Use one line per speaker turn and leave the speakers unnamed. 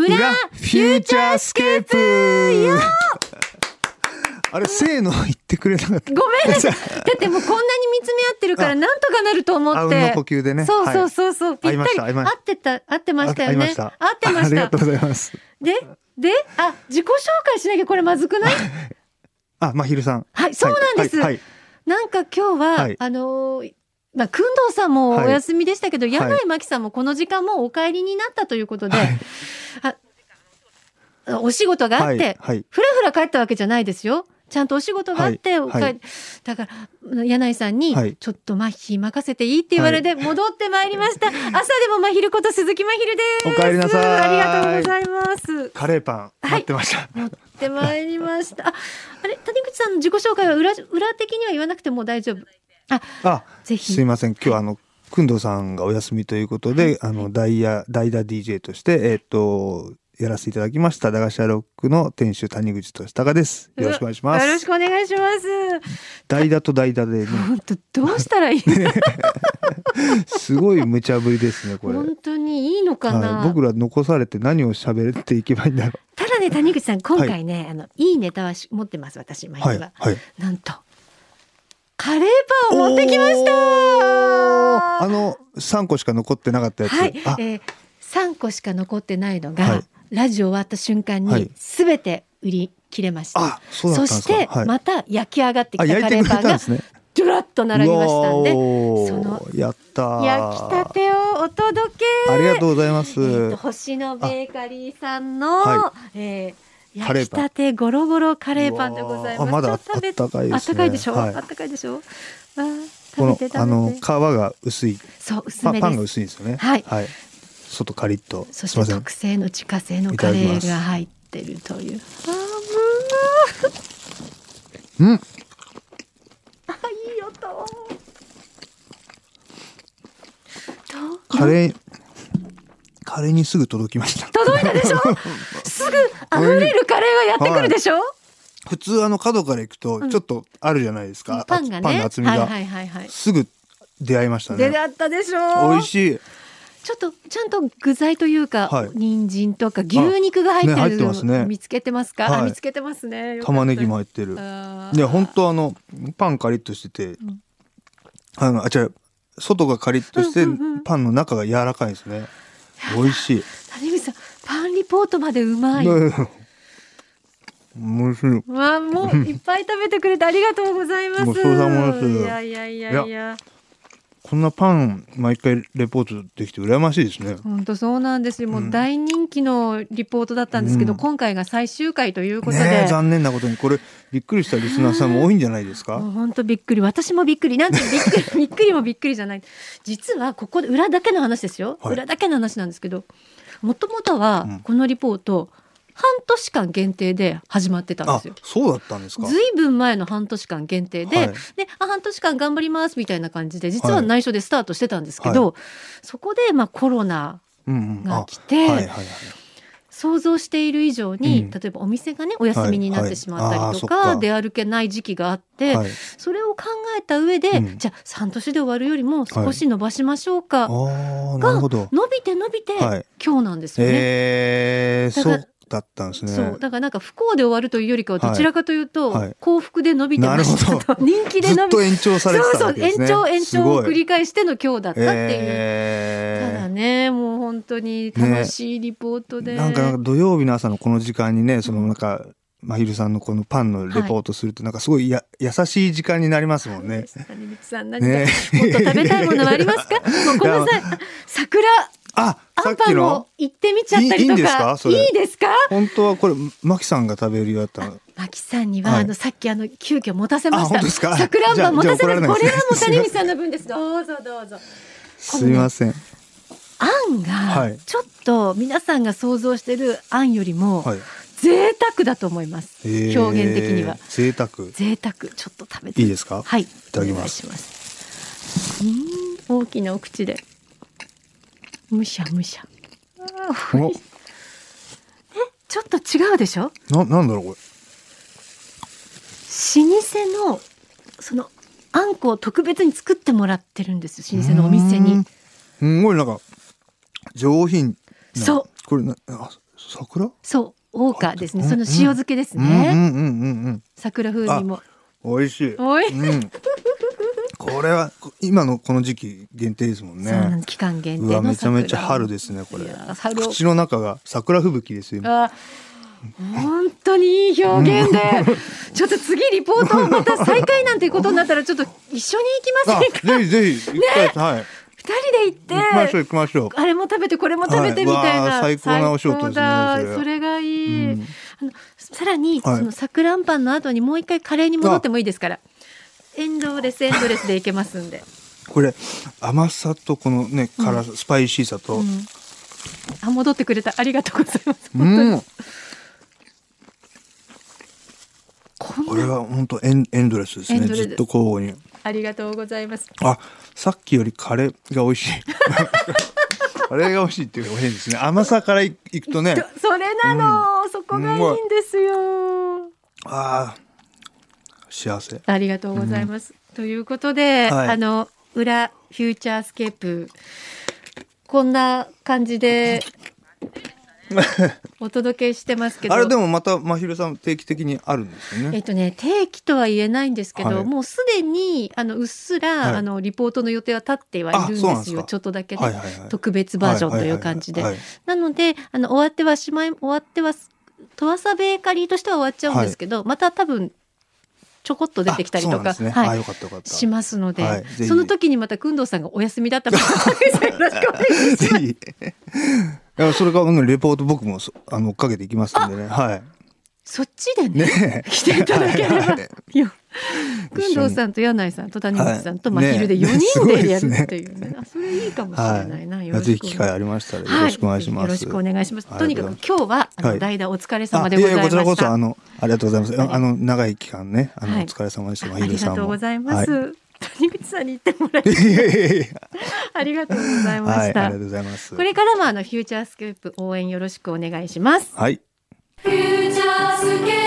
ューチャースケープ
よ
あれ、せーの言ってくれなかった。
ごめん なさい。だってもうこんなに見つめ合ってるからなんとかなると思って。
あうんの呼吸でね
そう
はい
そうそうそう。ぴ
合い
っ
ましたた合
り
い
合
まし
ってた合ってましたよね。
あ
合ってま
あり
し
がと
た
う。ございます。
でであ自己紹介しなきゃこれまずくない？
あ、まひるさん。
はいそうなんです
はい。
なんか今日は、
はい
あのーまあ、くんどうさんもお
はい
休みでしたけど、
い
柳井真紀さんもこの時間もお帰りになったということで、
はい
あお仕事があ
は
っ
い。
て、
はい。はい
ふらふら帰ったわけじゃないですよ。ちゃんとお仕事があって、
はい
お帰り
はい
だから、柳井さんに、
はい
ちょっと麻痺任せていいって言われて、戻ってまいりました。朝でもまひること鈴木まひるです。
お帰りなさい
ありがとうございます。
カレーパン、
はい
待ってました。
持ってまいりました。あ、あれ、谷口さんの自己紹介は裏、裏的には言わなくても大丈夫。あ、
あ、
ぜひ
すいません。今日あの、くんどうさんがお休みということで、あの、ダイヤ、代打 DJ として、えっと、やらせていただきました。駄菓子屋ロックの店主、谷口俊孝です。よろしくお願いしま
よろし
す。
くお願いします。
代打と代打でね、
本当どうしたら いい
すごい無茶ぶりです ね、これ。
本当にいいのかな、
はい、僕ら残されて何を喋っていけばいいんだろ
ただね谷口さん今回ね、い、あのいいネタはし持ってます私
う。
毎
はい。
日
は
は、
い。
なんとカレーパンを持ってきました
おーあ
は
の三個しか残ってなかったやつ。
い、え
あ、
ー、3個しか残ってないのが、
はい
ラジオ終わった瞬間
は
に
い
全て売り切れました、
あそうだったんで
し
すか。
て、
はい、
また焼き上がってき
あ
た
焼
カ
いて
レ
く
ー
れ
パン
たん
が
ですね。
ドラッと並びましたんでその
そやったー。
焼きたてをお届け
ありがとうございます。
えーと星野ベーカリーさんの、
は
えー
カレ
焼き
ーパン
たてゴロゴロカレーパンでございます。
うわーあまだ
ちょと食べ
あったかいですね
あったかいでしょ。あった
はい
かいでしょ。あー
こ
食べ
の
て食べて。
あの皮が薄い、
そう薄
パ
め
ンパンが
です。
薄いんですよね。
はい
外カリッと。
そし
すいま
て
せん
特。製の自家製の
い
カ
ただ
レ
きます
ーが入ってるという。あーう
うん。
わーあいい音。と
カレーカレーにすぐ届きました。
届いたでしょ。すぐ溢れるカレーがやってくるでしょ。
普通あの角から行くとちょっとあるじゃないですか。
パンがね。
パンの厚みが、
はいはいはいはい。
すぐ出会いました
出
ね。
会ったでしょ。
美味しい。
ちょっとちゃんと具材というか、
はい
人参とか牛肉が入って
あね入
る
って
の
ますね
見つけてますか、
はい
あ見つけてますね
玉ねぎも
入
入ってる。
って
ね、本当あのパンカリッとしてて、
ん
あのあ違う外がカリッとして、
うんうんうん
パンの中が柔らかいですね美味しい、
谷口さんパンリポートまでうまい、
うん 美味しい
わあもういっぱい食べてくれてありがとうございます
ごちそうさまです
いやいやいやい
い
や
こんなパン毎回レポートできて羨ましいですね
本当そうなんですよもう大人気のリポートだったんですけど、
うん
今回が最終回ということで、
ねえ残念なことにこれびっくりしたリスナーさんも多いんじゃないです
もう
か
本当びっくり私もびっくりなんてびっく りびっくりもびっくりじゃない実はここで裏だけの話ですよ、
はい
裏だけの話なんですけどもともと
う
は
ん
このリポート、半年間限定で始まってたんで
あ
すよ
そうだったんですか
ずいぶん前の半年間限定で,、
はい
であ半年間頑張りますみたいな感じで実は内緒でスタートしてたんですけど、そこでまあコロナ
うんうん
が
あ
来て、
はいはいはい
想像している以上に、
うん
例えばお店がねお休みになっ
は
て
い
しまったりとか,、
あーそっか
出歩けない時期があって、
はい
それを考えた上で、
うん
じゃあ3年で終わるよりも少し伸ばしましょう
あ
か、
ー
が
なるほど
伸びて伸びて、
はい
今日なんですよね。
えー、
だか
そ
ら
うだったんですね
そうだからなんか不幸で終わるというよりかは
はい
どちらかというと、
はい
幸福で伸びてました
なるほ
と人気で
ず
伸
っ
びて
と延長されて
そう
た
そう
わけです
延
ね。
長延長を繰
す
り返しての今日だった
ごい
っていう、ただ
え
ねもう本当に楽しいリポートで、
ーなんかなんか土曜日の朝のこの時間にね、そのなんか、まひるさんのこのパンのレポートすると、なんかすごいや優しい時間になりますもんね。
谷口さん何か、
ね
もっと食べたいものはありますか もうこの際桜
あ、
ア
さ
ン
っ
パ
き
ンも
の、
行ってみちゃったりとか
いいいいんですかそれ
いいですか
本当はこれ、まきさんが食べるようだったの。
マキさんには、
はい
あのさっきあの急遽持たせま
あ
した。
本当ですか
さくらん
じゃ
ぼ
あ
持たせました。
じゃあ怒られない
これ
です
はもう
ね
谷口さんの分です。どうぞどうぞ。
すみません。
あん
は
が
い
ちょっと皆さんが想像してるあんよりも
はい。
贅沢だと思います。
えー
表現的には
贅沢。
贅沢ちょっと食べて。
いいですか
はい。い
ただき
お
ます
願いします。うーん大きなお口で。むしゃむしゃ。あー
お
ちょっと違うでしょ。
な、なんだろう、
老
これ。
舗のそのあんこを特別に作ってもらってるんですよ老舗のお店
うー
に
ん。すごいなんか、上品な。。
そう
これな、あ、桜
そう大花ですねその塩漬けです
うん
ね、
うんうんうん
桜風味も
うん。美味しい。
おい、
うん。これは、今のこの時期限定ですもん
そうな
ね
の。期間限
う
定
わ、
の
めちゃ
桜
めちゃ春ですね、これ
い。や春を
口の中が桜吹雪ですよ。
あ本当にいい表現で、ちょっと次リポートをまた再開なんていうことになったらちょっと一緒に行きま
あ
せんか
ぜひぜひ、行きたいです。はい。
二人で
行きましょう、
行って
行きましょう。
あれも食べてこれも食べてみたいな、
はいわあ最高なお仕事ですね
最高だ
それ
それがいい、
うん
あのさらに、
はい
そのさくらんパンの後にもう一回カレーに戻ってもいいですからエンドレスエンドレスでいけます んで、
これ、甘さとこのね、辛さ、スパイシーさ
う
と。
んあ戻ってくれたありがとうございます
うん。
こ
こ
ん
れ
な
は本当エンエンドレスです
エン
ね。
ドレ
ず
ス
っと交互に。
ありがとうございます
あ、さっきよりカレーが美 味しい。カレーが美味しいっていうのが変ですね。甘さからいいくとね。
とそれなの、そこがいいんですよ。
ああ。幸せ。
ありがとうございます。ということで、
はい
あの裏フューチャースケープこんな感じ でお届けしてますけど。
あれでもまたまひるさん定期的にあるんですよ
えっ
ね。
とね、定期とは言えないんですけど、
はい
もうすでにあのうっすら、
はい
あのリポートの予定は立ってはいるん
あそう
で
なんですす
よ
か
ちょっとだけね、
はいはいはい。
特別バージョンという感じで
はいはい
なのであの終わってはしまい終わってはすトワサベーカリーとしては終わっちゃうんですけど、また多分ちょこっと出てきたりと
あ
か、
そうなんですね。
は
あ、
い、
よかったよかった。
しますので、
はいぜひ
その時にまた工藤さんがお休みだった場合はよろしくお願いします。
ぜひ。いやそれからうんレポート僕もそあの追っかけていきますんでね。はい。
そっちでね
ね
来ていただければ、
はいはい
いや
一緒
工
に
藤さんと柳井さんと谷口さんと
はい
真昼で
ね
4人でや
す
る
ごいですね
っていうねあそれいいかもしれ
は
ないな、
い。
よろ
ぜひ
しくお願いします
機会ありましたらよろしくお願いし
は
ます。
よろしくお願いします。
はい
とにかく今日は、あの
はい
代打お疲れ様
あ
でございまし
やこち
た。
らこそあのありがとうございます。
はい
あの長い期間ね、あの、
はい
お疲れ様でした。
あ
まひ
り
るさ
が
ん
とう
も
ございます。
は
谷口さんに言ってもらい
いいやいやい
ありがとうござい
や
ま
はい、あ
し
りが
た。
とうございます。
これからもあのフューチャースケープ応援よろしくお願いします。
はい。
「フューチャースケープ」